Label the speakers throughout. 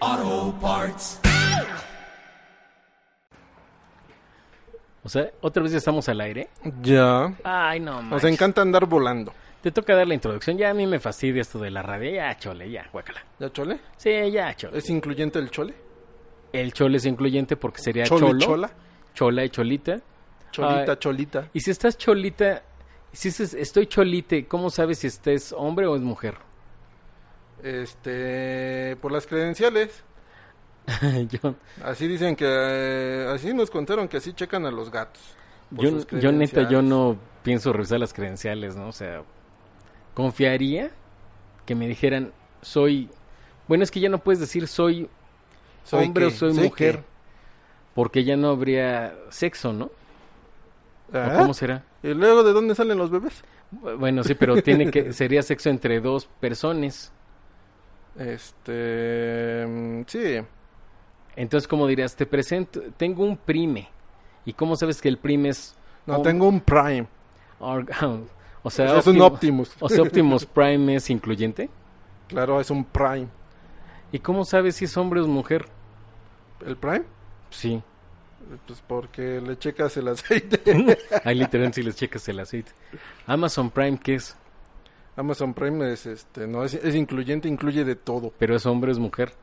Speaker 1: Auto parts.
Speaker 2: O sea, otra vez ya estamos al aire.
Speaker 3: Ya.
Speaker 2: Ay, no manches.
Speaker 3: Nos encanta andar volando.
Speaker 2: Te toca dar la introducción. Ya a mí me fastidia esto de la radio. Ya, chole, ya, guácala.
Speaker 3: ¿Ya chole?
Speaker 2: Sí, ya, chole.
Speaker 3: ¿Es incluyente el chole?
Speaker 2: El chole es incluyente porque sería
Speaker 3: Chole,
Speaker 2: cholo.
Speaker 3: chola.
Speaker 2: Chola y cholita.
Speaker 3: Cholita,
Speaker 2: Ay.
Speaker 3: cholita.
Speaker 2: Y si estás cholita, si dices, estoy cholite, ¿cómo sabes si este es hombre o es mujer?
Speaker 3: Este, por las credenciales.
Speaker 2: yo,
Speaker 3: Así dicen que, eh, así nos contaron que así checan a los gatos. por
Speaker 2: yo,
Speaker 3: sus
Speaker 2: yo neta, yo
Speaker 3: credenciales.
Speaker 2: no pienso revisar las credenciales, ¿no? O sea, confiaría que me dijeran, soy... Bueno, es que ya no puedes decir soy
Speaker 3: ¿Soy
Speaker 2: hombre
Speaker 3: qué?
Speaker 2: o soy,
Speaker 3: ¿Soy
Speaker 2: mujer. Porque ya no habría sexo, ¿no?
Speaker 3: qué?
Speaker 2: ¿O
Speaker 3: Ah,
Speaker 2: ¿Cómo será?
Speaker 3: ¿Y luego de dónde salen los bebés?
Speaker 2: Bu- Bueno, sí, pero tiene que sería sexo entre dos personas.
Speaker 3: Este, mm, sí.
Speaker 2: Entonces, ¿cómo dirías? Te presento, tengo un prime. ¿Y cómo sabes que el prime es
Speaker 3: No,
Speaker 2: hom-
Speaker 3: tengo un prime.
Speaker 2: org- o
Speaker 3: O
Speaker 2: sea,
Speaker 3: sea, es un
Speaker 2: Optimus-
Speaker 3: Optimus.
Speaker 2: O sea, Optimus Prime es incluyente.
Speaker 3: Claro, es un prime.
Speaker 2: ¿Y cómo sabes si es hombre o es mujer?
Speaker 3: ¿El prime?
Speaker 2: Sí.
Speaker 3: Eh, Pues porque le checas el aceite.
Speaker 2: Ahí literalmente si les checas el aceite. Amazon Prime, ¿qué es?
Speaker 3: Amazon Prime es, este, no, es, es incluyente, incluye de todo.
Speaker 2: ¿Pero es hombre o es mujer?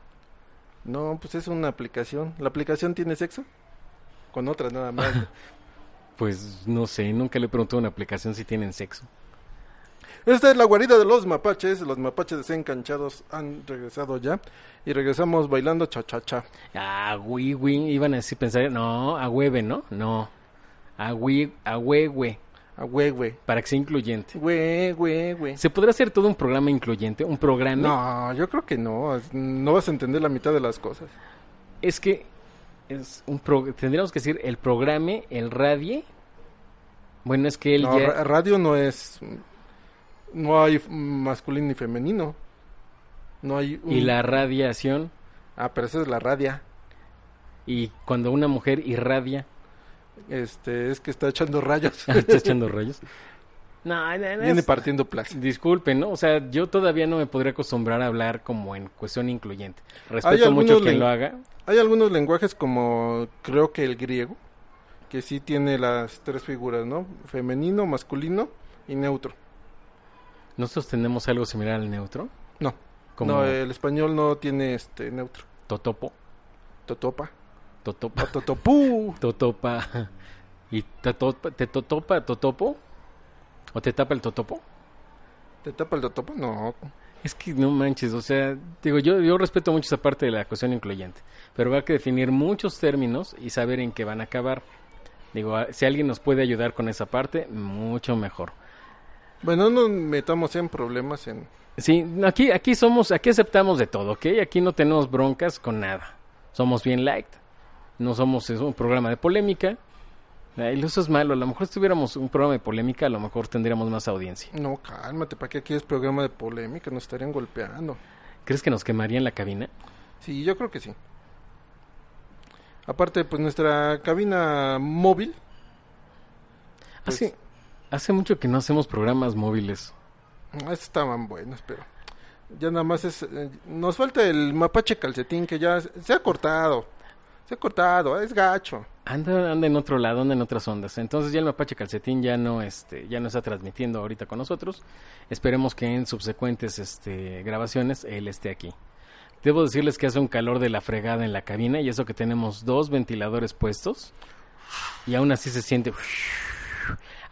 Speaker 3: No, pues es una aplicación. ¿La aplicación tiene sexo? Con otras nada más.
Speaker 2: Pues no sé, nunca le he preguntado a una aplicación si tienen sexo.
Speaker 3: Esta es la guarida de los mapaches. Los mapaches desencanchados han regresado ya. Y regresamos bailando cha-cha-cha.
Speaker 2: Ah, güey, güey, iban a decir, pensar, no, a hueve, ¿no? No, a güey, a huehue,
Speaker 3: A güey, güey.
Speaker 2: para que sea incluyente.
Speaker 3: Güey, güey, güey.
Speaker 2: ¿Se podrá hacer todo un programa incluyente? ¿Un programa?
Speaker 3: No, yo creo que no. es- No vas a entender la mitad de las cosas.
Speaker 2: Es que es un pro- tendríamos que decir el programa, el radie. Bueno, es que él
Speaker 3: No,
Speaker 2: ya...
Speaker 3: ra- radio no es. No hay mm, masculino ni femenino. No hay. un-
Speaker 2: Y la radiación,
Speaker 3: Ah, pero esa es la radia.
Speaker 2: y cuando una mujer irradia, ah,
Speaker 3: Este, es que está echando rayos.
Speaker 2: está echando rayos. No, no, no,
Speaker 3: Viene
Speaker 2: es-
Speaker 3: partiendo plaza.
Speaker 2: Disculpen, ¿no? O sea, yo todavía no me podría acostumbrar a hablar como en cuestión incluyente.
Speaker 3: Hay
Speaker 2: Respeto mucho
Speaker 3: algunos
Speaker 2: quien
Speaker 3: len-
Speaker 2: lo haga.
Speaker 3: Hay algunos lenguajes como creo que el griego, que sí tiene las tres figuras, ¿no? Femenino, masculino y neutro.
Speaker 2: ¿Nosotros tenemos algo similar al neutro?
Speaker 3: No,
Speaker 2: Como
Speaker 3: no, el español no tiene este neutro.
Speaker 2: totopo,
Speaker 3: Totopa.
Speaker 2: totopa,
Speaker 3: Totopú.
Speaker 2: totopa. ¿Y te topa- te totopa, totopo? ¿O te tapa el totopo?
Speaker 3: ¿Te tapa el totopa? No.
Speaker 2: Es que no manches, o sea, digo, yo, yo respeto mucho esa parte de la cuestión incluyente, pero hay que definir muchos términos y saber en qué van a acabar. Digo, a- si alguien nos puede ayudar con esa parte, mucho mejor.
Speaker 3: Bueno, no nos metamos en problemas en...
Speaker 2: Sí, aquí, aquí somos, aquí aceptamos de todo, ¿ok? Aquí no tenemos broncas con nada. Somos bien light. No somos es un programa de polémica. Ay, eso es malo. A lo mejor si tuviéramos un programa de polémica, a lo mejor tendríamos más audiencia.
Speaker 3: No, cálmate, ¿para qué aquí es programa de polémica? Nos estarían golpeando.
Speaker 2: ¿Crees que nos quemarían la cabina?
Speaker 3: Sí, yo creo que sí. Aparte, pues nuestra cabina móvil. Pues-
Speaker 2: Hace, hace mucho que no hacemos programas móviles.
Speaker 3: Ah, Estaban buenos, pero ya nada más es... eh, nos falta el mapache calcetín que ya se se ha cortado. Se ha cortado, es gacho.
Speaker 2: Anda, anda en otro lado, anda en otras ondas. Entonces ya el mapache calcetín ya no, este, ya no está transmitiendo ahorita con nosotros. Esperemos que en subsecuentes este, grabaciones él esté aquí. Debo decirles que hace un calor de la fregada en la cabina y eso que tenemos dos ventiladores puestos y aún así se siente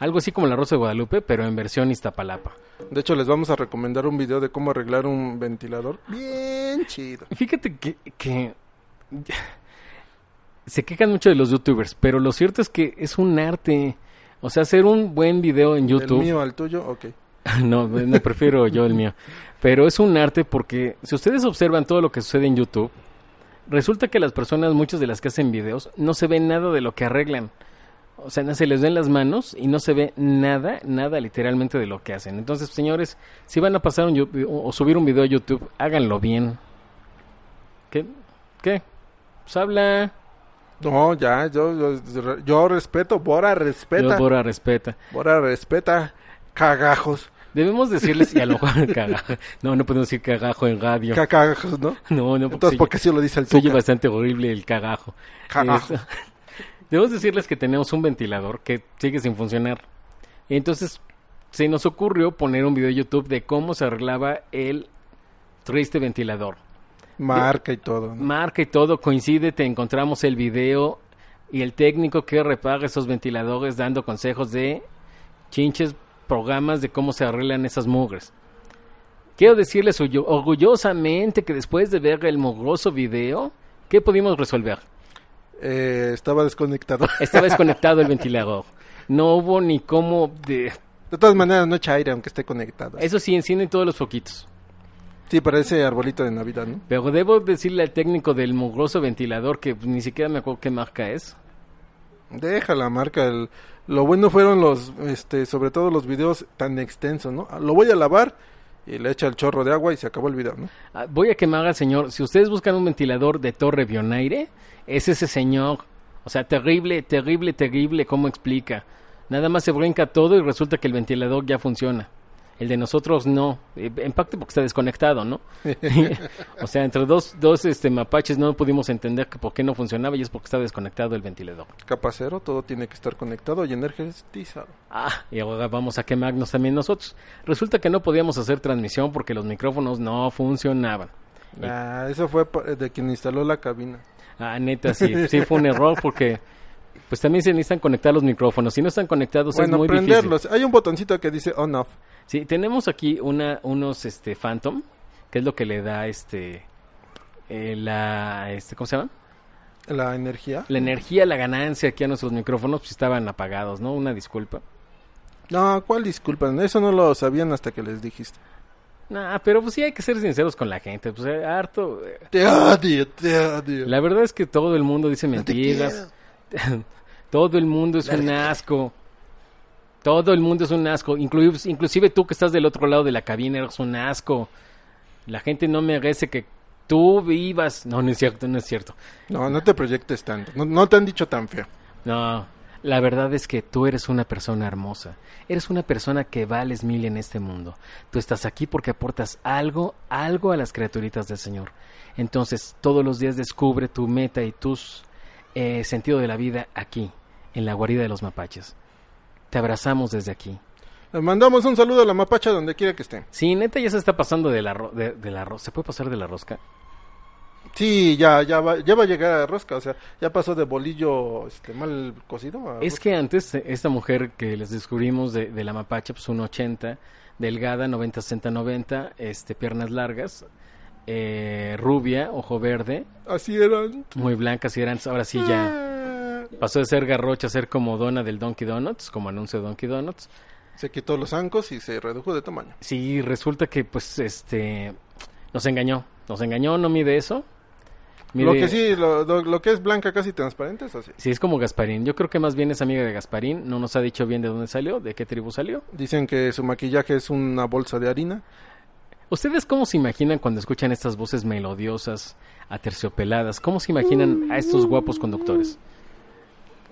Speaker 2: algo así como la Rosa de Guadalupe, pero en versión Iztapalapa.
Speaker 3: De hecho, les vamos a recomendar un video de cómo arreglar un ventilador. Bien chido.
Speaker 2: Fíjate que, que se quejan mucho de los youtubers, pero lo cierto es que es un arte. O sea, hacer un buen video en
Speaker 3: Del
Speaker 2: YouTube.
Speaker 3: mío al tuyo, ok.
Speaker 2: No, no prefiero yo el mío. Pero es un arte porque si ustedes observan todo lo que sucede en YouTube, Resulta que las personas, muchas de las que hacen videos, no se ve nada de lo que arreglan. O sea, se les ven las manos y no se ve nada, nada literalmente de lo que hacen. Entonces, señores, si van a pasar un, yu- o subir un video a YouTube, háganlo bien. ¿Qué? ¿Qué? Pues habla.
Speaker 3: No, ya, yo, yo, yo respeto, Bora respeta.
Speaker 2: Dios, Bora, respeta.
Speaker 3: Bora respeta, cagajos.
Speaker 2: Debemos decirles, y a lo mejor cagajo. No, no podemos decir cagajo en radio.
Speaker 3: Cagajos, ¿no?
Speaker 2: No, no,
Speaker 3: Entonces,
Speaker 2: se
Speaker 3: ¿por qué sí lo dice el
Speaker 2: Se oye
Speaker 3: Tuca?
Speaker 2: bastante horrible el cagajo.
Speaker 3: Cagajo.
Speaker 2: Este, debemos decirles que tenemos un ventilador que sigue sin funcionar. Y entonces se nos ocurrió poner un video de YouTube de cómo se arreglaba el triste ventilador.
Speaker 3: Marca y todo, ¿no?
Speaker 2: Marca y todo coincide, te encontramos el video y el técnico que repaga esos ventiladores dando consejos de chinches programas de cómo se arreglan esas mugres. Quiero decirles orgu- orgullosamente que después de ver el mugroso video, ¿qué pudimos resolver?
Speaker 3: Eh, estaba desconectado.
Speaker 2: Estaba desconectado el ventilador. No hubo ni cómo de...
Speaker 3: De todas maneras, no echa aire aunque esté conectado.
Speaker 2: Eso sí, encienden todos los foquitos.
Speaker 3: Sí, parece arbolito de Navidad, ¿no?
Speaker 2: Pero debo decirle al técnico del mugroso ventilador que ni siquiera me acuerdo qué marca es.
Speaker 3: Deja la marca. el- Lo bueno fueron los, este, sobre todo los videos tan extensos, ¿no? Lo voy a lavar y le echa el chorro de agua y se acabó el video, ¿no?
Speaker 2: Ah, Voy a quemar al señor. Si ustedes buscan un ventilador de Torre Bionaire, es ese señor. O sea, terrible, terrible, terrible, ¿cómo explica? Nada más se brinca todo y resulta que el ventilador ya funciona. El de nosotros no. Eh, En parte porque está desconectado, ¿no? o sea, entre dos, dos este, mapaches no pudimos entender que por qué no funcionaba y es porque está desconectado el ventilador.
Speaker 3: Capacero, todo tiene que estar conectado y energizado.
Speaker 2: Ah, y ahora vamos a quemarnos también nosotros. Resulta que no podíamos hacer transmisión porque los micrófonos no funcionaban. Y-
Speaker 3: Ah, eso fue pa- de quien instaló la cabina.
Speaker 2: Ah, neta, sí, sí fue un error porque pues también se necesitan conectar los micrófonos. Si no están conectados es
Speaker 3: bueno,
Speaker 2: muy
Speaker 3: prenderlos. Hay un botoncito que dice on off.
Speaker 2: difícil. Sí, tenemos aquí una, unos este Phantom, que es lo que le da este eh, la este ¿cómo se llama?
Speaker 3: La energía.
Speaker 2: La energía, la ganancia aquí a nuestros micrófonos pues estaban apagados, ¿no? Una disculpa.
Speaker 3: No, ¿cuál disculpan? Eso no lo sabían hasta que les dijiste.
Speaker 2: Nah, pero pues sí hay que ser sinceros con la gente, pues eh, harto eh,
Speaker 3: Te odio, te odio.
Speaker 2: La verdad es que todo el mundo dice
Speaker 3: te
Speaker 2: mentiras. todo el mundo es un asco. Todo el mundo es un asco. Inclu- inclusive tú que estás del otro lado de la cabina eres un asco. La gente no merece que tú vivas. No, no es cierto, no es cierto.
Speaker 3: No, no te proyectes tanto. No, no te han dicho tan feo.
Speaker 2: No, la verdad es que tú eres una persona hermosa. Eres una persona que vales mil en este mundo. Tú estás aquí porque aportas algo, algo a las criaturitas del Señor. Entonces, todos los días descubre tu meta y tus eh, sentido de la vida aquí, en la guarida de los mapaches. Te abrazamos desde aquí.
Speaker 3: Le mandamos un saludo a la mapacha donde quiera que esté.
Speaker 2: Sí, neta ya se está pasando de la, ro- de, de la ro- ¿Se puede pasar de la rosca?
Speaker 3: Sí, ya, ya, va, ya va a llegar a Rosca. O sea, ya pasó de bolillo este, mal cocido a
Speaker 2: Es
Speaker 3: rosca.
Speaker 2: que antes, eh, esta mujer que les descubrimos de, de la mapacha, pues un 80, delgada, 90, 60, 90, este, piernas largas, eh, rubia, ojo verde,
Speaker 3: Así Ah. eran.
Speaker 2: muy blanca, si eran, ahora sí ya
Speaker 3: Mm.
Speaker 2: pasó de ser garrocha a ser como dona del Donkey Donuts, como anuncio de Donkey Donuts.
Speaker 3: Se quitó los zancos y se redujo de tamaño.
Speaker 2: Sí, resulta que pues este nos engañó, nos engañó, no mide eso.
Speaker 3: Lo
Speaker 2: mide-
Speaker 3: que sí, lo, lo- lo que es blanca casi transparente es así.
Speaker 2: Sí, es como Gasparín. Yo creo que más bien es amiga de Gasparín. No nos ha dicho bien de dónde salió, de qué tribu salió.
Speaker 3: Dicen que su maquillaje es una bolsa de harina.
Speaker 2: ¿Ustedes cómo se imaginan cuando escuchan estas voces melodiosas, aterciopeladas? ¿Cómo se imaginan a estos guapos conductores?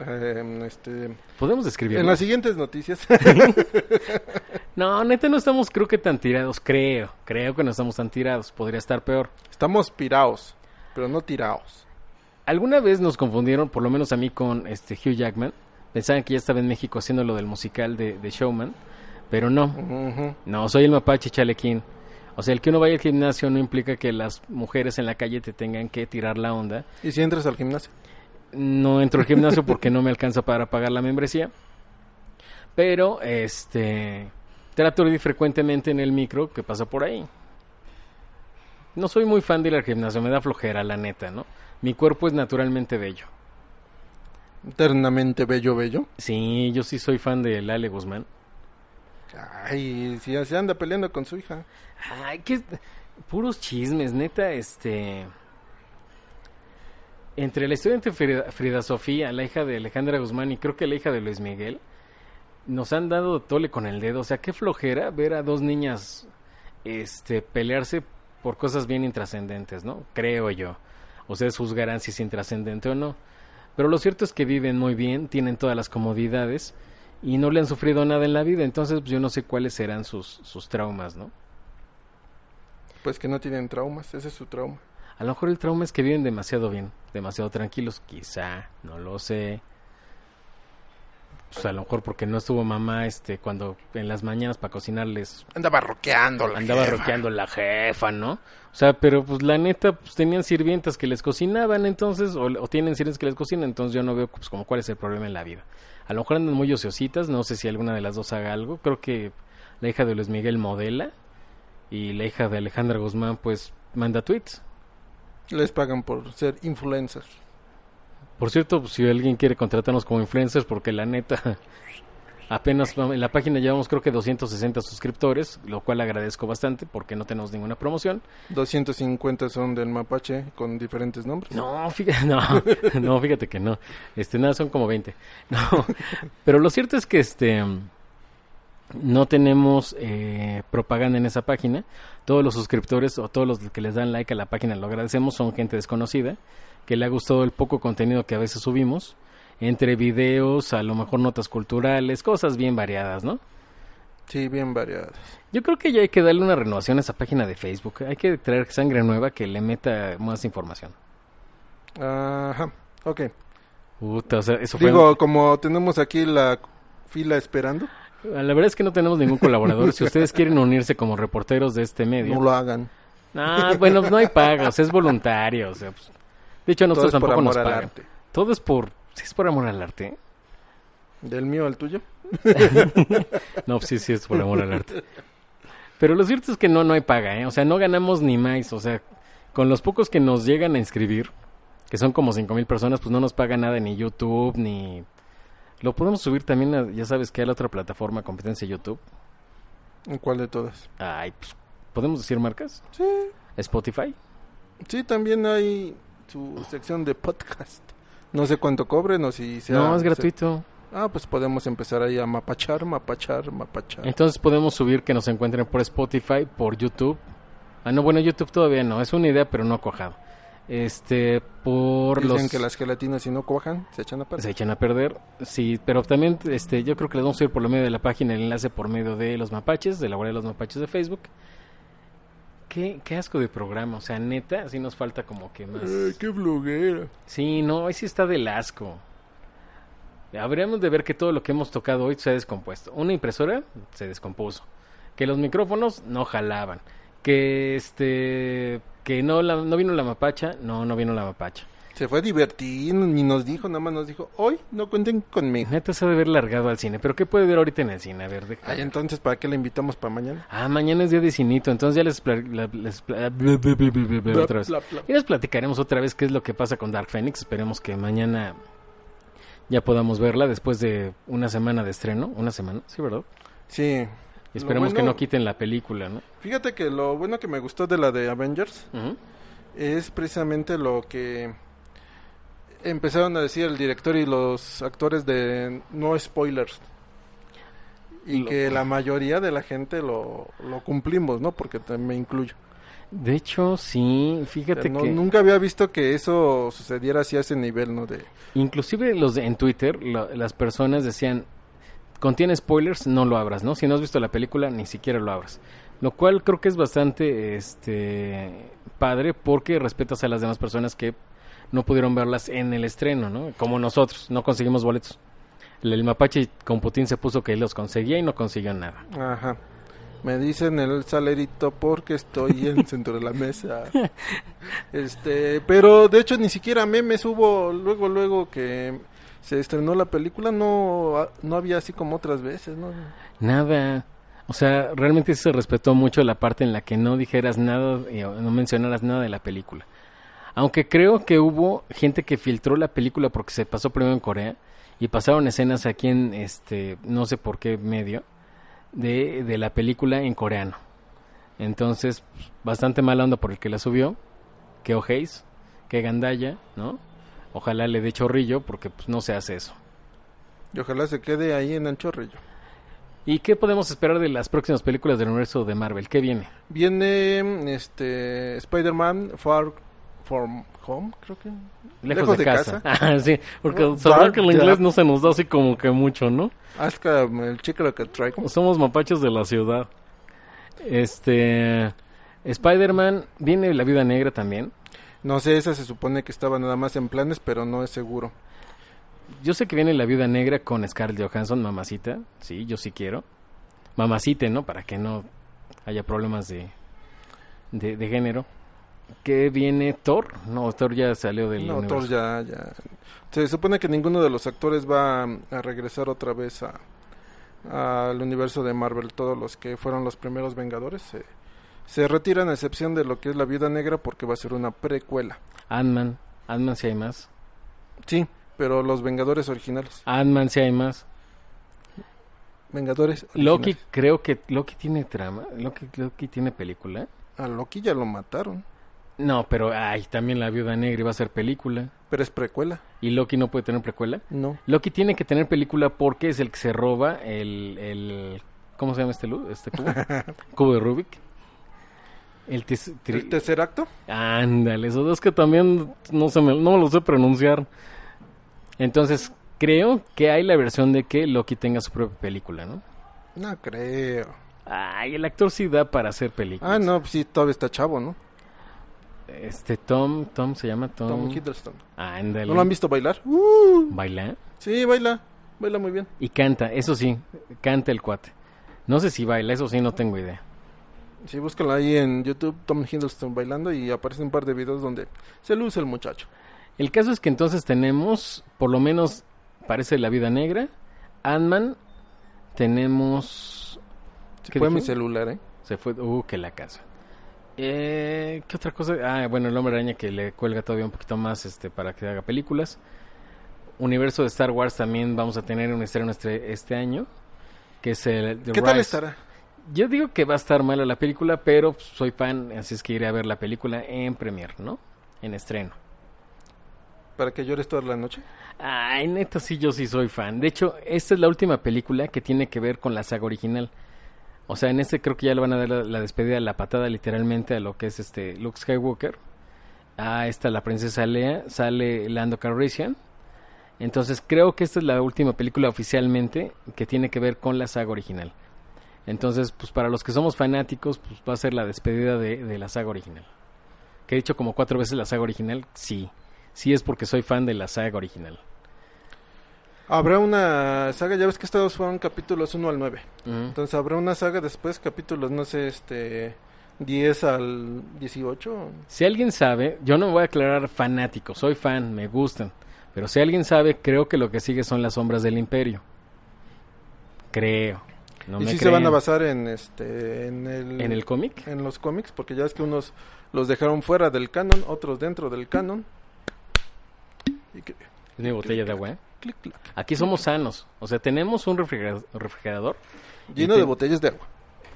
Speaker 3: Eh, este,
Speaker 2: ¿Podemos describirlo?
Speaker 3: en las siguientes noticias.
Speaker 2: No, neta, no estamos creo que tan tirados. Creo, creo que no estamos tan tirados. Podría estar peor.
Speaker 3: Estamos piraos, pero no tiraos.
Speaker 2: ¿Alguna vez nos confundieron, por lo menos a mí, con este Hugh Jackman? Pensaban que ya estaba en México haciendo lo del musical de, de Showman, pero no.
Speaker 3: Ujú.
Speaker 2: No, soy el mapache chalequín. O sea, el que uno vaya al gimnasio no implica que las mujeres en la calle te tengan que tirar la onda.
Speaker 3: ¿Y si entras al gimnasio?
Speaker 2: No entro al gimnasio porque no me alcanza para pagar la membresía. Pero, este, trato de ir frecuentemente en el micro que pasa por ahí. No soy muy fan de ir al gimnasio, me da flojera, la neta, ¿no? Mi cuerpo es naturalmente bello.
Speaker 3: Eternamente bello, bello.
Speaker 2: Sí, yo sí soy fan del Ale Guzmán.
Speaker 3: Ay, si ya se anda peleando con su hija.
Speaker 2: Ay, qué puros chismes, neta, este... entre la estudiante Frida, Frida Sofía, la hija de Alejandra Guzmán y creo que la hija de Luis Miguel, nos han dado tole con el dedo. O sea, qué flojera ver a dos niñas este, pelearse por cosas bien intrascendentes, ¿no? Creo yo. Ustedes juzgarán si es intrascendente o no. Pero lo cierto es que viven muy bien, tienen todas las comodidades y no le han sufrido nada en la vida. Entonces, pues, yo no sé cuáles serán sus, sus traumas, ¿no?
Speaker 3: Pues que no tienen traumas, ese es su trauma.
Speaker 2: A lo mejor el trauma es que viven demasiado bien, demasiado tranquilos, quizá, no lo sé. Pues a lo mejor porque no estuvo mamá este cuando en las mañanas para cocinarles
Speaker 3: Andaba roqueando la
Speaker 2: andaba
Speaker 3: jefa.
Speaker 2: roqueando la jefa, ¿no? O sea, pero pues la neta pues tenían sirvientas que les cocinaban entonces o, o tienen sirvientas que les cocinan, entonces yo no veo pues como cuál es el problema en la vida. A lo mejor andan muy ociositas, no sé si alguna de las dos haga algo. Creo que la hija de Luis Miguel modela y la hija de Alejandra Guzmán pues manda tweets.
Speaker 3: Les pagan por ser influencers.
Speaker 2: Por cierto, pues, si alguien quiere contratarnos como influencers, porque la neta, apenas vamos- en la página llevamos creo que 260 suscriptores, lo cual agradezco bastante porque no tenemos ninguna promoción.
Speaker 3: 250 son del mapache con diferentes nombres.
Speaker 2: No, fíjate, no, no, fíjate que no. Este, nada, son como 20. No, pero lo cierto es que este no tenemos eh, propaganda en esa página. Todos los suscriptores o todos los que les dan like a la página lo agradecemos, son gente desconocida que le ha gustado el poco contenido que a veces subimos, entre videos, a lo mejor notas culturales, cosas bien variadas, ¿no?
Speaker 3: Sí, bien variadas.
Speaker 2: Yo creo que ya hay que darle una renovación a esa página de Facebook. Hay que traer sangre nueva que le meta más información.
Speaker 3: Ajá, ok.
Speaker 2: Puta, o sea, eso fue...
Speaker 3: Digo, como tenemos aquí la fila esperando,
Speaker 2: La verdad es que no tenemos ningún colaborador. Si ustedes quieren unirse como reporteros de este
Speaker 3: no
Speaker 2: medio.
Speaker 3: lo hagan.
Speaker 2: Ah, bueno, pues no hay pagos, es voluntario. o sea, pues, de hecho, a
Speaker 3: Todo
Speaker 2: nosotros
Speaker 3: es por
Speaker 2: tampoco nos
Speaker 3: amor al
Speaker 2: pagan.
Speaker 3: arte.
Speaker 2: Todo es por... ¿sí es por amor al arte?
Speaker 3: Del mío al tuyo.
Speaker 2: No, pues sí, sí, es por amor al arte. Pero lo cierto es que no, no hay paga, ¿eh? O sea, no ganamos ni más. O sea, con los pocos que nos llegan a inscribir, que son como cinco mil personas, pues no nos paga nada ni YouTube, ni... Lo podemos subir también, a- ya sabes, que a la otra plataforma, competencia YouTube.
Speaker 3: ¿Cuál de todas?
Speaker 2: Ay, pues, ¿podemos decir marcas?
Speaker 3: Sí.
Speaker 2: Spotify.
Speaker 3: Sí, también hay su sección de podcast. No sé cuánto cobren o si sea...
Speaker 2: no, es gratuito.
Speaker 3: Ah, pues podemos empezar ahí a mapachar, mapachar, mapachar.
Speaker 2: Entonces podemos subir que nos encuentren por Spotify, por YouTube. Ah, no, bueno, YouTube todavía no. Es una idea, pero no ha cuajado. Este, por
Speaker 3: Dicen
Speaker 2: los...
Speaker 3: que las gelatinas si no cuajan, se echan a perder.
Speaker 2: Se echan a perder, sí, pero también este, yo creo que les vamos a ir por lo medio de la página el enlace por medio de los mapaches, de la web de los mapaches de Facebook. Qué, qué asco de programa, o sea, neta, sí nos falta como que más.
Speaker 3: Ay, Eh, qué bloguera.
Speaker 2: Sí, no, ahí sí está del asco. Habríamos de ver que todo lo que hemos tocado hoy se ha descompuesto. Una impresora se descompuso. Que los micrófonos no jalaban. Que este que no la- no vino la mapacha, no, no vino la mapacha.
Speaker 3: Se fue a divertir, ni nos dijo, nada más nos dijo, hoy no cuenten conmigo.
Speaker 2: Neta se ha de haber largado al cine, pero ¿qué puede ver ahorita en el cine? A ver, deja-
Speaker 3: Ay, entonces, ¿para qué la invitamos para mañana?
Speaker 2: Ah, mañana es día de cinito, entonces ya les, pla- la- les pla- bla, bla, bla, bla, bla,
Speaker 3: Bla,
Speaker 2: otra vez.
Speaker 3: bla, bla.
Speaker 2: Y les platicaremos otra vez qué es lo que pasa con Dark Phoenix. Esperemos que mañana ya podamos verla después de una semana de estreno, una semana, sí, ¿verdad?
Speaker 3: Sí.
Speaker 2: Y esperemos
Speaker 3: Lo
Speaker 2: que
Speaker 3: bueno-
Speaker 2: no quiten la película, ¿no?
Speaker 3: Fíjate que lo bueno que me gustó de la de Avengers
Speaker 2: Ujú.
Speaker 3: es precisamente lo que empezaron a decir el director y los actores de no spoilers. Y
Speaker 2: Lo-
Speaker 3: que la mayoría de la gente lo, lo cumplimos, ¿no? Porque te- me incluyo.
Speaker 2: De hecho, sí, fíjate
Speaker 3: No-
Speaker 2: que
Speaker 3: Nunca había visto que eso sucediera así a ese nivel, ¿no? De,
Speaker 2: inclusive los de- en Twitter lo- las personas decían contiene spoilers, no lo abras, ¿no? Si no has visto la película, ni siquiera lo abras. Lo cual creo que es bastante este padre porque respetas a las demás personas que no pudieron verlas en el estreno, ¿no? Como nosotros, no conseguimos boletos. El, el mapache con Putin se puso que los conseguía y no consiguió nada.
Speaker 3: Ajá. Me dicen el salerito porque estoy en centro de la mesa. Este, pero de hecho ni siquiera memes hubo luego luego que se estrenó la película, no ah, no había así como otras veces, ¿no?
Speaker 2: Nada. O sea, realmente sí se respetó mucho la parte en la que no dijeras nada, eh, o no mencionaras nada de la película. Aunque creo que hubo gente que filtró la película porque se pasó primero en Corea y pasaron escenas aquí en este, no sé por qué medio, de, de la película en coreano. Entonces, pues, bastante mala onda por el que la subió, que O'Hays, que Gandaya, ¿no? Ojalá le dé chorrillo porque pues, no se hace eso.
Speaker 3: Y ojalá se quede ahí en Anchorrillo.
Speaker 2: ¿Y qué podemos esperar de las próximas películas del universo de Marvel? ¿Qué viene?
Speaker 3: Viene este Spider-Man Far From Home, creo que.
Speaker 2: Lejos, de, casa. Ah, sí, porque sabrá
Speaker 3: Dark,
Speaker 2: que el inglés
Speaker 3: ya.
Speaker 2: no se nos da así como que mucho, ¿no?
Speaker 3: Hasta el chico lo Ah, que traigo.
Speaker 2: Somos mapaches de la ciudad. Este. Spider-Man, viene La Vida Negra también.
Speaker 3: No sé, esa se supone que estaba nada más en planes, pero no es seguro.
Speaker 2: Yo sé que viene La Viuda Negra con Scarlett Johansson, mamacita. Sí, yo sí quiero. Mamacite, ¿no? Para que no haya problemas de, de, de género. ¿Qué viene Thor? No, Thor ya salió del
Speaker 3: No,
Speaker 2: universo.
Speaker 3: Thor ya, ya. Se supone que ninguno de los actores va a regresar otra vez a al universo de Marvel. Todos los que fueron los primeros Vengadores se, se retiran a excepción de lo que es la Viuda Negra porque va a ser una precuela.
Speaker 2: Ant-Man. Ant-Man si hay más.
Speaker 3: Sí, pero los Vengadores originales.
Speaker 2: Ant-Man si hay más.
Speaker 3: Vengadores.
Speaker 2: Loki,
Speaker 3: originales.
Speaker 2: creo que Loki tiene trama. Loki, Loki tiene película.
Speaker 3: A Loki ya lo mataron,
Speaker 2: No, pero ay, también La Viuda Negra iba a ser película.
Speaker 3: pero es precuela.
Speaker 2: ¿Y Loki no puede tener precuela?
Speaker 3: No.
Speaker 2: Loki tiene que tener película porque es el que se roba el, el ¿cómo se llama este, lu- este cubo? cubo de Rubik. El, tes- tri-
Speaker 3: ¿El tercer acto?
Speaker 2: Ándale, esos dos que también no se me, no me lo sé pronunciar. Entonces, creo que hay la versión de que Loki tenga su propia película, ¿no?
Speaker 3: No creo.
Speaker 2: Ay, el actor sí da para hacer películas.
Speaker 3: Ah, no, sí, todavía está chavo, ¿no?
Speaker 2: Este Tom, Tom se llama Tom.
Speaker 3: Tom Hiddleston.
Speaker 2: Ándale.
Speaker 3: ¿No lo han visto bailar? ¡Uh!
Speaker 2: Baila
Speaker 3: Sí, baila. Baila muy bien.
Speaker 2: y canta, eso sí, canta el cuate. No sé si baila, eso sí no tengo idea.
Speaker 3: Sí, búscala ahí en YouTube, Tom Hiddleston bailando y aparece un par de videos donde se luce el muchacho.
Speaker 2: El caso es que entonces tenemos, por lo menos parece La Vida Negra, Ant-Man, tenemos...
Speaker 3: Se
Speaker 2: ¿Qué
Speaker 3: fue
Speaker 2: dije?
Speaker 3: mi celular, ¿eh?
Speaker 2: Se fue... Uh, que la casa. Eh, ¿Qué otra cosa? Ah, bueno, el hombre araña que le cuelga todavía un poquito más este, para que haga películas. Universo de Star Wars también vamos a tener un estreno este, este año, que es el... The
Speaker 3: ¿Qué tal
Speaker 2: Rise.
Speaker 3: estará?
Speaker 2: Yo digo que va a estar mala la película, pero pues, soy fan, así es que iré a ver la película en premier, ¿no? En estreno.
Speaker 3: ¿Para que llores toda la noche?
Speaker 2: Ay, neta, sí, yo sí soy fan. De hecho, esta es la última película que tiene que ver con la saga original. O sea, en este creo que ya le van a dar la, la despedida, la patada literalmente a lo que es este Luke Skywalker. Ah, está la princesa Leia, sale Lando Calrissian. Entonces creo que esta es la última película oficialmente que tiene que ver con la saga original. Entonces, pues para los que somos fanáticos, pues va a ser la despedida de, de la saga original. Que he dicho como cuatro veces la saga original, sí. Sí es porque soy fan de la saga original.
Speaker 3: Habrá una saga, ya ves que estos fueron capítulos 1 al 9.
Speaker 2: Ujú.
Speaker 3: Entonces habrá una saga después, capítulos, no sé, este, 10 al 18.
Speaker 2: Si alguien sabe, yo no me voy a aclarar fanático, soy fan, me gustan. Pero si alguien sabe, creo que lo que sigue son las sombras del imperio. Creo. No
Speaker 3: y
Speaker 2: me
Speaker 3: sí se
Speaker 2: crean.
Speaker 3: van a basar en este en el,
Speaker 2: en el cómic.
Speaker 3: en los cómics porque ya es que unos los dejaron fuera del canon otros dentro del canon y que-
Speaker 2: Es mi botella de agua. ¿eh?
Speaker 3: clic, clac,
Speaker 2: Aquí somos sanos. O sea, tenemos un refrigera- refrigerador. Y
Speaker 3: lleno
Speaker 2: te-
Speaker 3: de botellas de agua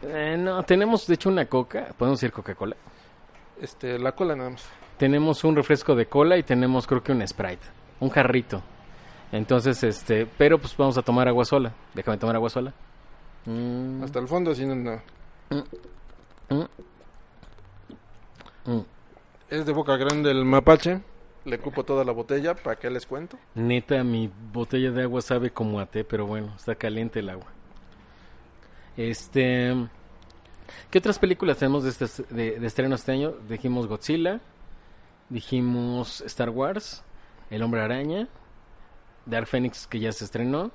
Speaker 2: Eh, no, tenemos de hecho una coca. Podemos decir Coca-Cola.
Speaker 3: este la cola nada más
Speaker 2: tenemos un refresco de cola y tenemos creo que un Sprite, un jarrito. Entonces, este, pero pues vamos a tomar agua sola. Déjame tomar agua sola. Mm,
Speaker 3: hasta el fondo así no, no.
Speaker 2: mm.
Speaker 3: es de boca grande el mapache le cupo toda la botella para que les cuento
Speaker 2: Neta, mi botella de agua sabe como a té, pero bueno, está caliente el agua. Este, ¿qué otras películas tenemos de, este, de, de estreno este año? Dijimos Godzilla, dijimos Star Wars, El Hombre Araña, Dark Phoenix que ya se estrenó.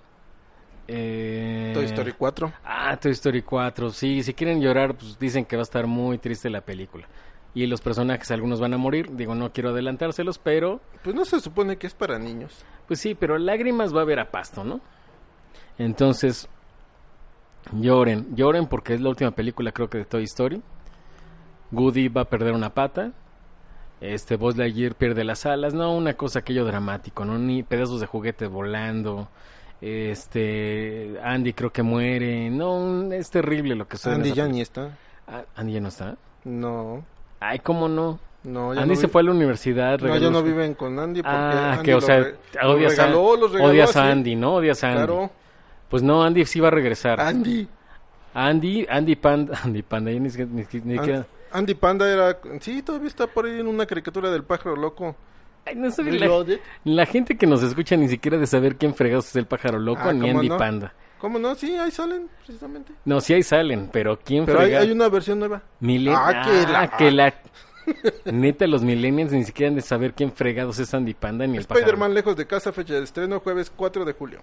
Speaker 2: eh,
Speaker 3: Toy Story 4
Speaker 2: Ah, Toy Story 4. Sí, si quieren llorar, pues dicen que va a estar muy triste la película. Y los personajes, algunos van a morir. Digo, no quiero adelantárselos, pero.
Speaker 3: pues no se supone que es para niños
Speaker 2: Pues sí, pero lágrimas va a haber a pasto, ¿no? Entonces. Lloren, lloren porque es la última película, creo que de Toy Story. Woody va a perder una pata. Este, Buzz Lightyear pierde las alas. No, una cosa aquello dramático, ¿no? Ni pedazos de juguete volando. Este, Andy creo que muere. No, un- es terrible lo que sucede en
Speaker 3: Andy
Speaker 2: esa
Speaker 3: ya ni está
Speaker 2: Ah, Andy ya no está.
Speaker 3: no
Speaker 2: Ay, cómo no.
Speaker 3: No, ya
Speaker 2: Andy
Speaker 3: no
Speaker 2: se
Speaker 3: vi-
Speaker 2: fue a la universidad.
Speaker 3: No,
Speaker 2: regaló
Speaker 3: ya no
Speaker 2: los-
Speaker 3: viven con Andy porque
Speaker 2: Ah,
Speaker 3: Andy
Speaker 2: que o
Speaker 3: lo
Speaker 2: sea,
Speaker 3: re- lo
Speaker 2: odias,
Speaker 3: regaló,
Speaker 2: a,
Speaker 3: los regaló
Speaker 2: odias a
Speaker 3: así.
Speaker 2: Andy, ¿no? Odias a Andy.
Speaker 3: Claro,
Speaker 2: Pues no, Andy sí va a regresar.
Speaker 3: Andy.
Speaker 2: Andy, Andy Panda, Andy Panda, ya ni siquiera- ni siquiera- ni
Speaker 3: An-
Speaker 2: siquiera-
Speaker 3: Andy Panda era... Sí, todavía está por ahí en una caricatura del pájaro loco.
Speaker 2: Ay, no sé, la,
Speaker 3: Reloaded.
Speaker 2: la gente que nos escucha ni siquiera de saber quién fregados es el pájaro loco
Speaker 3: Ah,
Speaker 2: ni
Speaker 3: ¿cómo
Speaker 2: Andy
Speaker 3: no?
Speaker 2: Panda.
Speaker 3: ¿Cómo no? Sí, ahí salen, precisamente.
Speaker 2: No, sí ahí salen, pero quién
Speaker 3: Pero hay,
Speaker 2: fregados.
Speaker 3: hay una versión nueva.
Speaker 2: Milen-
Speaker 3: Ah, que la-
Speaker 2: Ah, que la- Neta, los millennials ni siquiera han de saber quién fregados es Andy Panda ni el pájaro.
Speaker 3: Spider-Man lejos de casa, fecha de estreno, jueves 4 de julio.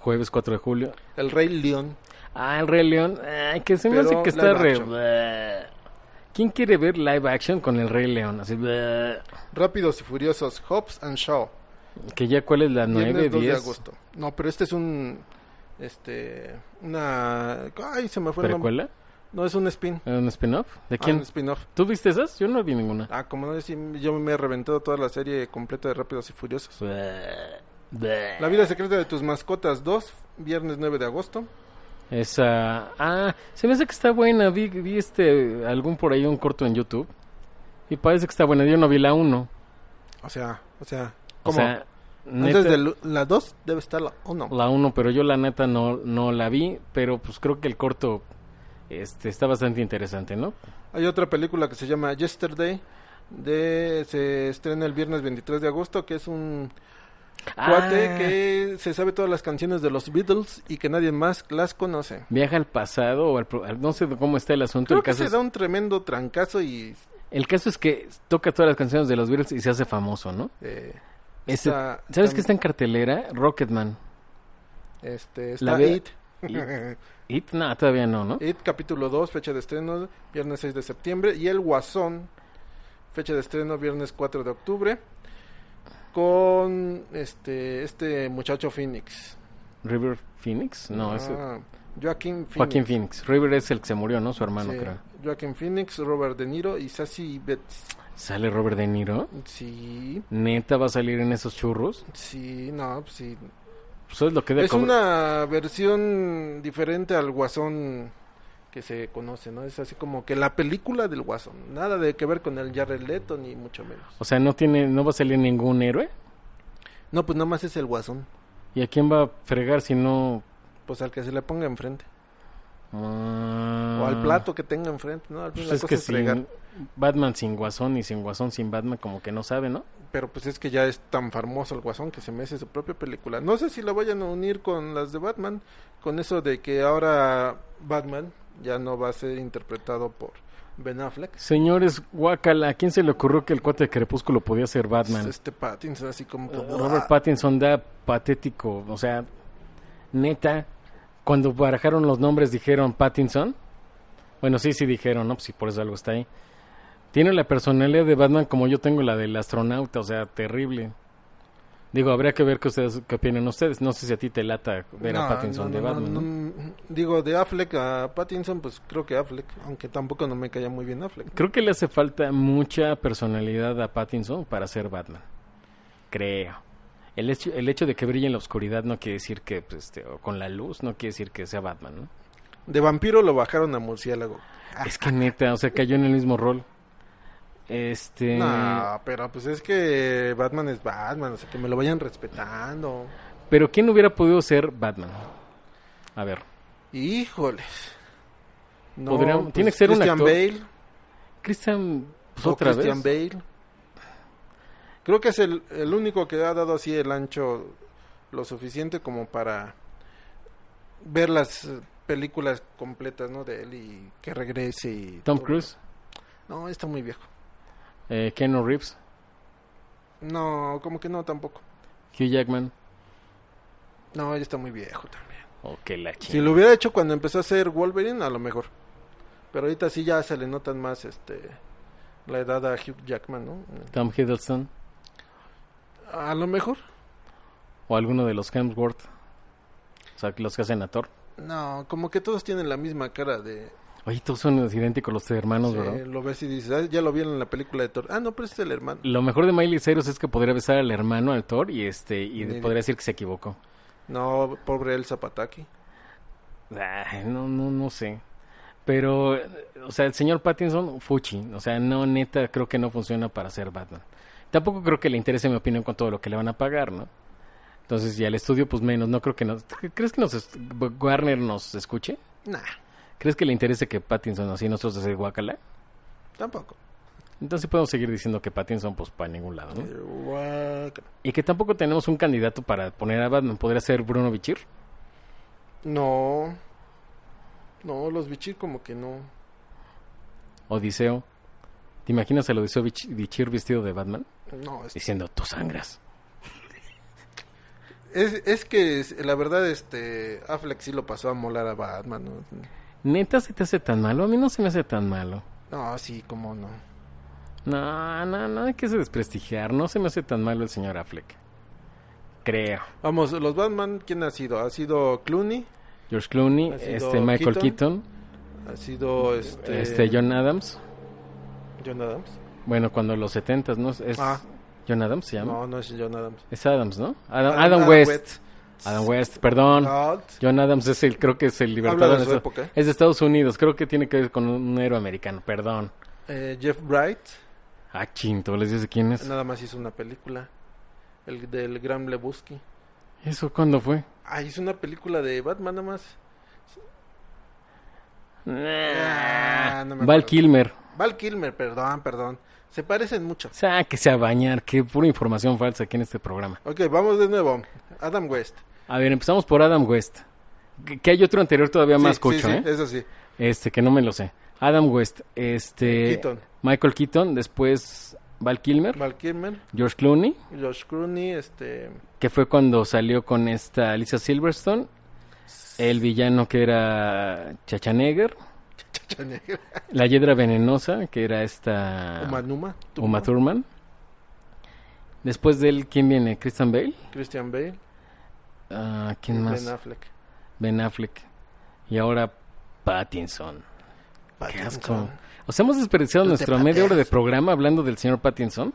Speaker 2: Jueves 4 de julio.
Speaker 3: El Rey León.
Speaker 2: Ah, el Rey León. Ay, que se me hace
Speaker 3: Pero
Speaker 2: que está
Speaker 3: live
Speaker 2: re...
Speaker 3: action.
Speaker 2: Bleh. ¿Quién quiere ver live action con el Rey León? Así... bleh.
Speaker 3: Rápidos y Furiosos, Hobbs and Shaw.
Speaker 2: Que ya cuál es la 9,
Speaker 3: Viernes 2 de
Speaker 2: 10.
Speaker 3: agosto. No, pero este es un... Este... Una... Ay, se me fue el nombre.
Speaker 2: ¿Precuela?
Speaker 3: No, es un spin.
Speaker 2: ¿Un spin-off? ¿De
Speaker 3: Ah,
Speaker 2: quién?
Speaker 3: un spin-off.
Speaker 2: ¿Tú viste esas? Yo no vi ninguna.
Speaker 3: Ah, como no decir, yo me he reventado toda la serie completa de Rápidos y Furiosos. La vida secreta de tus mascotas 2, viernes 9 de agosto.
Speaker 2: Esa. Ah, se me hace que está buena. Vi, vi este, algún por ahí, un corto en YouTube. Y parece que está buena. Yo no vi la 1.
Speaker 3: O sea, o sea,
Speaker 2: O
Speaker 3: como
Speaker 2: sea,
Speaker 3: antes
Speaker 2: neta,
Speaker 3: de lu- la 2 debe estar la 1.
Speaker 2: la 1, pero yo la neta no, no la vi. Pero pues creo que el corto este, está bastante interesante, ¿no?
Speaker 3: Hay otra película que se llama Yesterday. De, se estrena el viernes 23 de agosto, que es un cuate
Speaker 2: Ah,
Speaker 3: que se sabe todas las canciones de los Beatles y que nadie más las conoce.
Speaker 2: Viaja al pasado o al, pro- al- No sé cómo está el asunto.
Speaker 3: Creo
Speaker 2: El
Speaker 3: que
Speaker 2: caso,
Speaker 3: se
Speaker 2: es,
Speaker 3: da un tremendo trancazo y...
Speaker 2: el caso es que toca todas las canciones de los Beatles y se hace famoso, ¿no?
Speaker 3: eh,
Speaker 2: Este,
Speaker 3: Está-
Speaker 2: ¿Sabes
Speaker 3: tam-
Speaker 2: qué está en cartelera? Rocketman.
Speaker 3: este,
Speaker 2: La
Speaker 3: está
Speaker 2: veo-
Speaker 3: It.
Speaker 2: It. It, no, todavía no, ¿no?
Speaker 3: It capítulo 2, fecha de estreno, viernes 6 de septiembre. Y El Guasón, fecha de estreno, viernes 4 de octubre. Con este, este muchacho Phoenix.
Speaker 2: River Phoenix, no, es
Speaker 3: Ah, Joaquín Phoenix.
Speaker 2: Joaquín Phoenix. River es el que se murió, ¿no? Su hermano,
Speaker 3: Sí,
Speaker 2: creo.
Speaker 3: Joaquín Phoenix, Robert De Niro y Sassy Betts.
Speaker 2: Sale Robert De Niro.
Speaker 3: Sí,
Speaker 2: Neta va a salir en esos churros.
Speaker 3: sí, no, sí.
Speaker 2: Pues es lo que debe
Speaker 3: Es
Speaker 2: cobrar.
Speaker 3: una versión diferente al Guasón que se conoce, ¿no? Es así como que la película del Guasón. Nada de que ver con el Jared Leto, ni mucho menos.
Speaker 2: O sea, no tiene, no va a salir ningún héroe.
Speaker 3: No, pues nada más es el guasón.
Speaker 2: ¿Y a quién va a fregar si no?
Speaker 3: Pues al que se le ponga enfrente.
Speaker 2: Ah,
Speaker 3: O al plato que tenga enfrente, ¿no? Al fin
Speaker 2: Pues
Speaker 3: la
Speaker 2: es
Speaker 3: cosa
Speaker 2: que
Speaker 3: es fregar.
Speaker 2: sin Batman sin Guasón y sin Guasón sin Batman como que no sabe, ¿no?
Speaker 3: Pero pues es que ya es tan famoso el guasón que se merece su propia película. No sé si la vayan a unir con las de Batman. Con eso de que ahora Batman ya no va a ser interpretado por Ben Affleck.
Speaker 2: Señores, guácala, ¿a quién se le ocurrió que el cuate de Crepúsculo podía ser Batman?
Speaker 3: Este Pattinson así como que...
Speaker 2: Eh, Robert Pattinson da patético, o sea, neta, cuando barajaron los nombres dijeron Pattinson, bueno, sí, sí dijeron, ¿no? Pues sí, por eso algo está ahí. Tiene la personalidad de Batman como yo tengo la del astronauta, o sea, terrible. Digo, habría que ver qué, ustedes, qué opinan ustedes, no sé si a ti te lata ver a
Speaker 3: No,
Speaker 2: Pattinson
Speaker 3: no,
Speaker 2: de
Speaker 3: no,
Speaker 2: Batman,
Speaker 3: no,
Speaker 2: ¿no?
Speaker 3: no. Digo, de Affleck a Pattinson, pues creo que Affleck. Aunque tampoco no me caía muy bien Affleck.
Speaker 2: Creo que le hace falta mucha personalidad a Pattinson para ser Batman. Creo. El hecho, el hecho de que brille en la oscuridad no quiere decir que, pues, este, o con la luz, no quiere decir que sea Batman, ¿no?
Speaker 3: De vampiro lo bajaron a murciélago.
Speaker 2: Es que neta, o sea, cayó en el mismo rol. Este.
Speaker 3: No, pero pues es que Batman es Batman, o sea, que me lo vayan respetando.
Speaker 2: Pero ¿quién hubiera podido ser Batman? A ver.
Speaker 3: Híjoles. No, pues,
Speaker 2: Podríamos- tiene que ser un
Speaker 3: Christian
Speaker 2: actor.
Speaker 3: Bale.
Speaker 2: Christian, pues
Speaker 3: o
Speaker 2: otra
Speaker 3: Christian
Speaker 2: vez.
Speaker 3: Bale. Creo que es el, el único que ha dado así el ancho lo suficiente como para ver las eh, películas completas, ¿no? De él y que regrese. y
Speaker 2: Tom
Speaker 3: todo.
Speaker 2: Cruise,
Speaker 3: No, está muy viejo.
Speaker 2: eh, Keanu Reeves,
Speaker 3: No, como que no tampoco.
Speaker 2: Hugh Jackman.
Speaker 3: No, él está muy viejo también.
Speaker 2: O que la
Speaker 3: Si
Speaker 2: chingada.
Speaker 3: lo hubiera hecho cuando empezó a hacer Wolverine, a lo mejor. Pero ahorita sí ya se le notan más este la edad a Hugh Jackman, ¿no?
Speaker 2: Tom Hiddleston.
Speaker 3: A lo mejor.
Speaker 2: O alguno de los Hemsworth. O sea, que los que hacen a Thor.
Speaker 3: No, como que todos tienen la misma cara de...
Speaker 2: Oye, todos son idénticos los tres hermanos,
Speaker 3: sí,
Speaker 2: ¿verdad?
Speaker 3: lo ves y dices, "Ah, ya lo vieron en la película de Thor. Ah, no, pero ese es el hermano.
Speaker 2: Lo mejor de Miley Cyrus es que podría besar al hermano, al Thor, y este y
Speaker 3: Ni-
Speaker 2: podría decir que se equivocó.
Speaker 3: No, pobre Elsa Pataki.
Speaker 2: Ay, no, no, no sé. Pero, eh, o sea, el señor Pattinson, fuchi. O sea, no, neta, creo que no funciona para ser Batman. Tampoco creo que le interese mi opinión con todo lo que le van a pagar, ¿no? Entonces, y al estudio, pues menos. No creo que nos... ¿Crees que nos est- Warner nos escuche?
Speaker 3: Nah,
Speaker 2: ¿Crees que le interese que Pattinson así nosotros desde Guacala?
Speaker 3: tampoco.
Speaker 2: Entonces podemos seguir diciendo que Pattinson, pues, para ningún lado, ¿no?
Speaker 3: Eh, guaca.
Speaker 2: Y que tampoco tenemos un candidato para poner a Batman. ¿Podría ser Bruno Bichir?
Speaker 3: No. No, los bichir como que no.
Speaker 2: Odiseo. ¿Te imaginas al Odiseo Bich- Bichir vestido de Batman?
Speaker 3: No, es,
Speaker 2: Diciendo, tú sangras.
Speaker 3: es, es que es- la verdad, este. Affleck sí lo pasó a molar a Batman. No,
Speaker 2: ¿Neta se te hace tan malo? A mí no se me hace tan malo.
Speaker 3: No, sí, cómo no.
Speaker 2: No, no, no hay que se desprestigiar. No se me hace tan malo el señor Affleck. Creo.
Speaker 3: Vamos, los Batman, ¿quién ha sido? ¿Ha sido Clooney?
Speaker 2: George Clooney,
Speaker 3: Ha sido
Speaker 2: este Michael Keaton,
Speaker 3: Keaton, ¿Ha sido este.
Speaker 2: este John Adams.
Speaker 3: John Adams?
Speaker 2: Bueno, cuando los setentas, ¿no? Es
Speaker 3: Ah.
Speaker 2: John Adams se llama.
Speaker 3: No, no es John Adams.
Speaker 2: Es Adams, ¿no? Adam, Adam West. Adam West, perdón.
Speaker 3: Alt.
Speaker 2: John Adams es el, creo que es el
Speaker 3: Habla
Speaker 2: libertador.
Speaker 3: de su
Speaker 2: Estados-
Speaker 3: época.
Speaker 2: Es de Estados Unidos, creo que tiene que ver con un héroe americano, perdón.
Speaker 3: Eh, Jeff Bright.
Speaker 2: Ah, chinto, les dice quién es.
Speaker 3: Nada más hizo una película. El del Gran Lebowski.
Speaker 2: ¿Eso cuándo fue?
Speaker 3: Ah, hizo una película de Batman nada más. Ah, no me
Speaker 2: Val
Speaker 3: acuerdo.
Speaker 2: Kilmer.
Speaker 3: Val Kilmer, perdón, perdón. Se parecen mucho.
Speaker 2: Sáquese a bañar, qué pura información falsa aquí en este programa.
Speaker 3: Ok, vamos de nuevo. Adam West.
Speaker 2: A ver, empezamos por Adam West. Que, que hay otro anterior todavía
Speaker 3: Sí,
Speaker 2: más
Speaker 3: sí,
Speaker 2: cocho,
Speaker 3: sí,
Speaker 2: ¿eh?
Speaker 3: Eso sí.
Speaker 2: Este, que no me lo sé. Adam West, este...
Speaker 3: Keaton.
Speaker 2: Michael Keaton, después Val Kilmer,
Speaker 3: Val Kilmer,
Speaker 2: George Clooney,
Speaker 3: Josh Clooney, este...
Speaker 2: que fue cuando salió con esta Alicia Silverstone, el villano que era Chachanegger,
Speaker 3: Chanel,
Speaker 2: la hiedra venenosa, que era esta
Speaker 3: Uma Numa, Tuma,
Speaker 2: Ah. Uma Thurman. Después de él, ¿quién viene? Christian Bale.
Speaker 3: Christian Bale,
Speaker 2: Ah, ¿Quién más?
Speaker 3: Ben Affleck.
Speaker 2: Ben Affleck. Y ahora Pattinson. Qué asco.
Speaker 3: Pattinson.
Speaker 2: O sea, hemos desperdiciado
Speaker 3: Tú te
Speaker 2: nuestra media hora de
Speaker 3: pateas.
Speaker 2: programa hablando del señor Pattinson.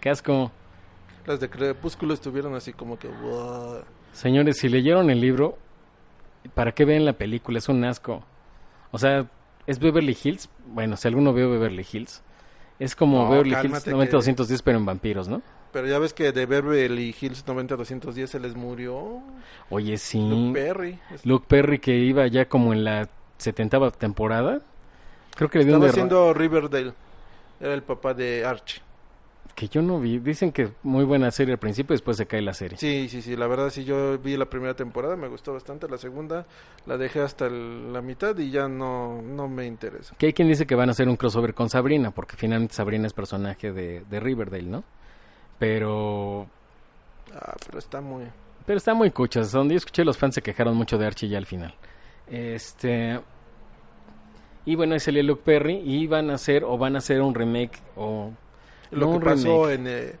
Speaker 2: Qué asco.
Speaker 3: Las de Crepúsculo estuvieron así como que... "Wow".
Speaker 2: Señores, si leyeron el libro, ¿para qué ven la película? Es un asco. O sea, es Beverly Hills. Bueno, si alguno vio Beverly Hills, es como
Speaker 3: No,
Speaker 2: Beverly Hills
Speaker 3: cálmate
Speaker 2: 90210, pero en vampiros, ¿no?
Speaker 3: Pero ya ves que de Beverly Hills 90210 se les murió.
Speaker 2: Oye, sí.
Speaker 3: Luke
Speaker 2: Mm. Luke Perry,
Speaker 3: Perry.
Speaker 2: que iba ya como en la setentava temporada. Creo que le dio un
Speaker 3: Estaba
Speaker 2: derrame.
Speaker 3: haciendo Riverdale. Era el papá de Archie.
Speaker 2: Que yo no vi. Dicen que muy buena serie al principio y después se cae la serie.
Speaker 3: Sí, sí, sí, la verdad sí, yo vi la primera temporada, me gustó bastante, la segunda la dejé hasta el- la mitad y ya no, no me interesa.
Speaker 2: Que hay quien dice que van a hacer un crossover con Sabrina, porque finalmente Sabrina es personaje de, de Riverdale, ¿no? Pero
Speaker 3: Ah, pero está muy...
Speaker 2: Pero está muy cuchas. Donde yo escuché, los fans se quejaron mucho de Archie ya al final. Este. Y bueno, ahí salió Luke Perry. Y van a hacer, o van a hacer un remake, o.
Speaker 3: Lo
Speaker 2: no
Speaker 3: que
Speaker 2: un
Speaker 3: pasó
Speaker 2: remake,
Speaker 3: en, eh,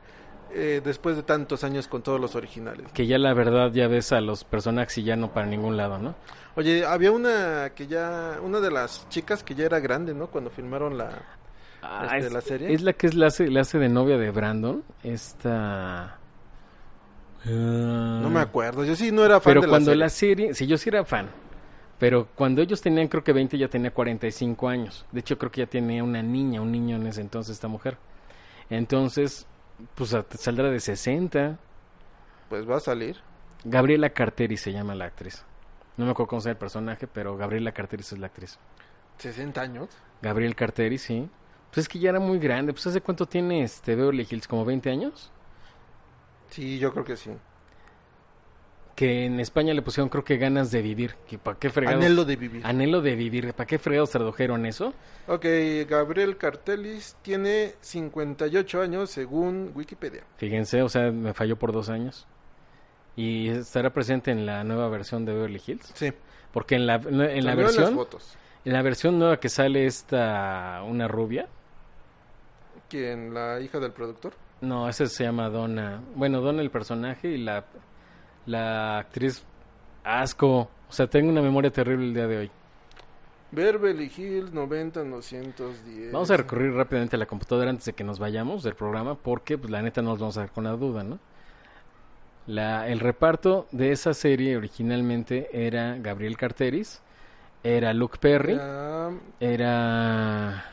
Speaker 3: eh, después de tantos años con todos los originales.
Speaker 2: Que ya la verdad ya ves a los personajes y ya no para ningún lado, ¿no?
Speaker 3: Oye, había una que ya, una de las chicas que ya era grande, ¿no? Cuando filmaron la...
Speaker 2: Ah,
Speaker 3: Este,
Speaker 2: es,
Speaker 3: ¿la serie?
Speaker 2: es la que es la, hace- la hace de novia de Brandon. Esta.
Speaker 3: No me acuerdo, yo sí no era
Speaker 2: Ah.
Speaker 3: fan
Speaker 2: Pero
Speaker 3: de la
Speaker 2: cuando
Speaker 3: serie.
Speaker 2: la serie, si yo sí era fan, pero cuando ellos tenían creo que 20 ya tenía 45 años. De hecho creo que ya tenía una niña, un niño en ese entonces esta mujer. Entonces, pues a- saldrá de 60.
Speaker 3: Pues va a salir.
Speaker 2: Gabriela Carteri se llama la actriz. No me acuerdo cómo se llama el personaje, pero Gabriela Carteri es la actriz.
Speaker 3: 60 años.
Speaker 2: Gabriel Carteri, sí. Pues es que ya era muy grande. Pues ¿hace cuánto tiene este Beverly Hills? ¿Como 20 años?
Speaker 3: Sí, yo creo que sí.
Speaker 2: Que en España le pusieron creo que ganas de vivir. Que para qué fregados...
Speaker 3: Anhelo de vivir.
Speaker 2: Anhelo de vivir. ¿Para qué fregados tradujeron eso?
Speaker 3: Ok, Gabriel Cartelis tiene 58 años según Wikipedia.
Speaker 2: Fíjense, o sea, me falló por dos años. Y estará presente en la nueva versión de Beverly Hills.
Speaker 3: Sí.
Speaker 2: Porque en la, en la
Speaker 3: Lo veo las
Speaker 2: versión
Speaker 3: fotos.
Speaker 2: en la versión nueva que sale esta una rubia.
Speaker 3: ¿Quién? ¿La hija del productor?
Speaker 2: No, esa se llama Donna. Bueno, Donna el personaje y la, la actriz asco. O sea, tengo una memoria terrible el día de hoy.
Speaker 3: Beverly Hills 90 910.
Speaker 2: Vamos a recurrir rápidamente a la computadora antes de que nos vayamos del programa porque pues, la neta no nos vamos a dar con la duda, ¿no? La, el reparto de esa serie originalmente era Gabriel Carteris, Era Luke Perry.
Speaker 3: Era
Speaker 2: Era.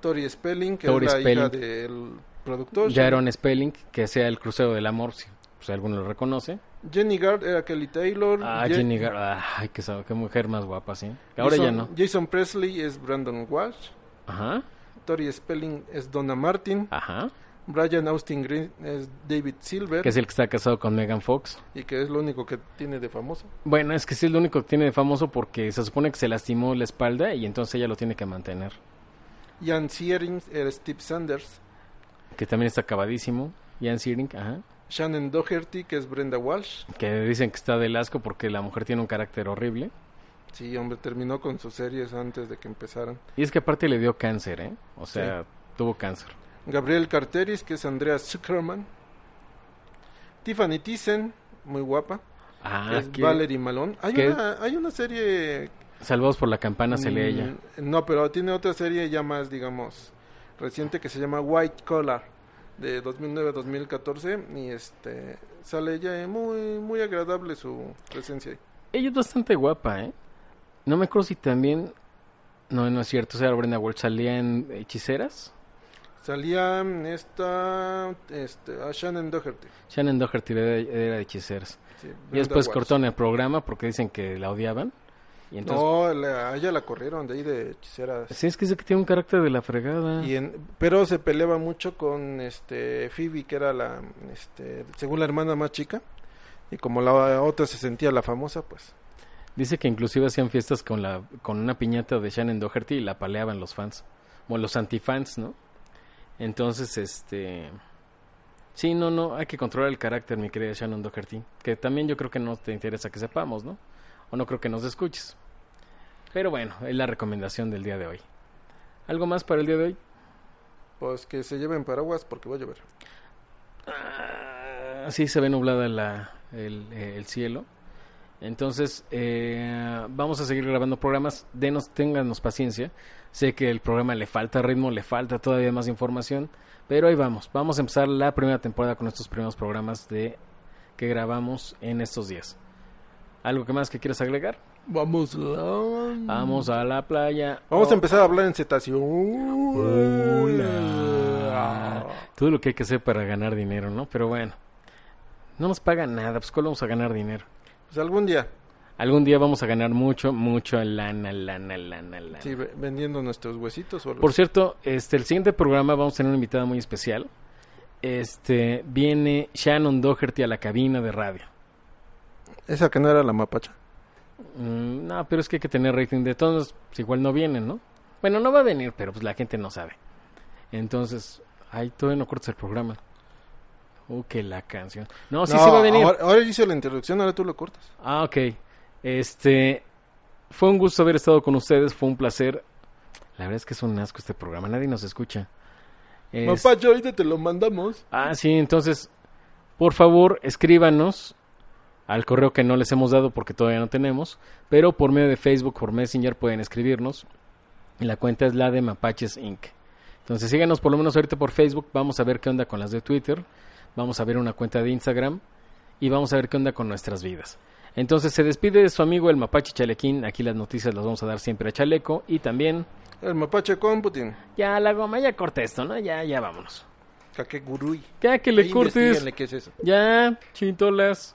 Speaker 3: Tori Spelling, que
Speaker 2: Tori
Speaker 3: es la hija
Speaker 2: Spelling.
Speaker 3: del productor.
Speaker 2: Jaron Spelling, que sea el crucero del amor, si, si alguno lo reconoce.
Speaker 3: Jenny Gard era Kelly Taylor.
Speaker 2: Ah,
Speaker 3: Ye-
Speaker 2: Jenny Gar- Ay, qué, sab- qué mujer más guapa, sí. Ahora ya
Speaker 3: Jason-
Speaker 2: no.
Speaker 3: Jason Presley es Brandon Walsh.
Speaker 2: Ajá,
Speaker 3: Tori Spelling es Donna Martin.
Speaker 2: ajá.
Speaker 3: Brian Austin Green es David Silver.
Speaker 2: Que es el que está casado con Megan Fox.
Speaker 3: Y que es lo único que tiene de famoso.
Speaker 2: Bueno, es que sí es lo único que tiene de famoso porque se supone que se lastimó la espalda y entonces ella lo tiene que mantener.
Speaker 3: Ian Searing era Steve Sanders.
Speaker 2: Que también está acabadísimo. Ian Searing, ajá.
Speaker 3: Shannon Doherty, que es Brenda Walsh.
Speaker 2: Que dicen que está del asco porque la mujer tiene un carácter horrible.
Speaker 3: Sí, hombre, terminó con sus series antes de que empezaran.
Speaker 2: Y es que aparte le dio cáncer, ¿eh? O sea, tuvo cáncer.
Speaker 3: Gabriel Carteris, que es Andrea Zuckerman. Tiffany Thyssen, muy guapa. que
Speaker 2: Ah,
Speaker 3: es
Speaker 2: que-
Speaker 3: Valerie Malone. Hay
Speaker 2: que-
Speaker 3: una, hay una serie...
Speaker 2: Salvados por la campana se lee ella.
Speaker 3: mm, No, pero tiene otra serie ya más, digamos, reciente que se llama White Collar de 2009-2014 y este sale ella eh, muy muy agradable su presencia. ahí.
Speaker 2: Ella es bastante guapa, ¿eh? No me acuerdo si también... No, no es cierto. O sea, Brenda Walsh salía en Hechiceras.
Speaker 3: Salía mm, esta este, a Shannon Doherty.
Speaker 2: Shannon Doherty era era de Hechiceras.
Speaker 3: sí,
Speaker 2: Y
Speaker 3: Brenda
Speaker 2: después
Speaker 3: Walsh.
Speaker 2: cortaron el programa porque dicen que la odiaban. Y entonces...
Speaker 3: No, la- a ella la corrieron de ahí de hechiceras.
Speaker 2: Sí, es que dice que tiene un carácter de la fregada.
Speaker 3: Y en- pero se peleaba mucho con este Phoebe, que era la, este, según la hermana más chica. Y como la otra se sentía la famosa, pues
Speaker 2: Dice que inclusive hacían fiestas con la con una piñata de Shannon Doherty y la paleaban los fans. Bueno, los antifans, ¿no? Entonces, este... Sí, no, no, hay que controlar el carácter, mi querida Shannon Doherty. Que también yo creo que no te interesa que sepamos, ¿no? O no creo que nos escuches. Pero bueno, es la recomendación del día de hoy. ¿Algo más para el día de hoy?
Speaker 3: Pues que se lleven paraguas porque va a llover.
Speaker 2: Ah, sí se ve nublada la, el, eh, el cielo. Entonces, eh, vamos a seguir grabando programas. Denos, ténganos paciencia. Sé que el programa le falta ritmo, le falta todavía más información. Pero ahí vamos. Vamos a empezar la primera temporada con estos primeros programas de que grabamos en estos días. ¿Algo que más que quieras agregar?
Speaker 3: Vamos.
Speaker 2: Vamos a la playa.
Speaker 3: Vamos a
Speaker 2: Oh,
Speaker 3: empezar a hablar en cetáceo.
Speaker 2: Ah, Todo lo que hay que hacer para ganar dinero, ¿no? Pero bueno. No nos pagan nada, pues ¿cuál vamos a ganar dinero?
Speaker 3: Pues algún día,
Speaker 2: Algún día vamos a ganar mucho, mucho lana, lana, lana, lana.
Speaker 3: sí, ve- vendiendo nuestros huesitos o algo
Speaker 2: Por
Speaker 3: así.
Speaker 2: cierto, este, el siguiente programa vamos a tener una invitada muy especial. Este, viene Shannon Doherty a la cabina de radio.
Speaker 3: Esa que no era la mapacha.
Speaker 2: Mm, no, pero es que hay que tener rating de todos, pues igual no vienen, ¿no? Bueno, no va a venir, pero pues la gente no sabe. Entonces, ahí todavía no cortes el programa. Uh, que la canción. No, sí,
Speaker 3: No,
Speaker 2: sí va a venir.
Speaker 3: Ahora, ahora hice la introducción, ahora tú lo cortas.
Speaker 2: Ah, ok. Este. Fue un gusto haber estado con ustedes, fue un placer. La verdad es que es un asco este programa, nadie nos escucha. Es-
Speaker 3: Mapacha, ahorita te lo mandamos.
Speaker 2: Ah, sí, entonces, por favor, escríbanos al correo que no les hemos dado porque todavía no tenemos, pero por medio de Facebook, por Messenger pueden escribirnos. Y La cuenta es la de Mapaches Inc. Entonces síganos por lo menos ahorita por Facebook, vamos a ver qué onda con las de Twitter, vamos a ver una cuenta de Instagram y vamos a ver qué onda con nuestras vidas. Entonces se despide su amigo el Mapache Chalequín, aquí las noticias las vamos a dar siempre a Chaleco y también...
Speaker 3: El mapache con Putin.
Speaker 2: Ya la goma, ya corté esto, ¿no? Ya, ya vámonos.
Speaker 3: Kakegurui.
Speaker 2: Ya que le
Speaker 3: Ahí
Speaker 2: cortes...
Speaker 3: investiguenle qué es eso.
Speaker 2: Ya, chintolas.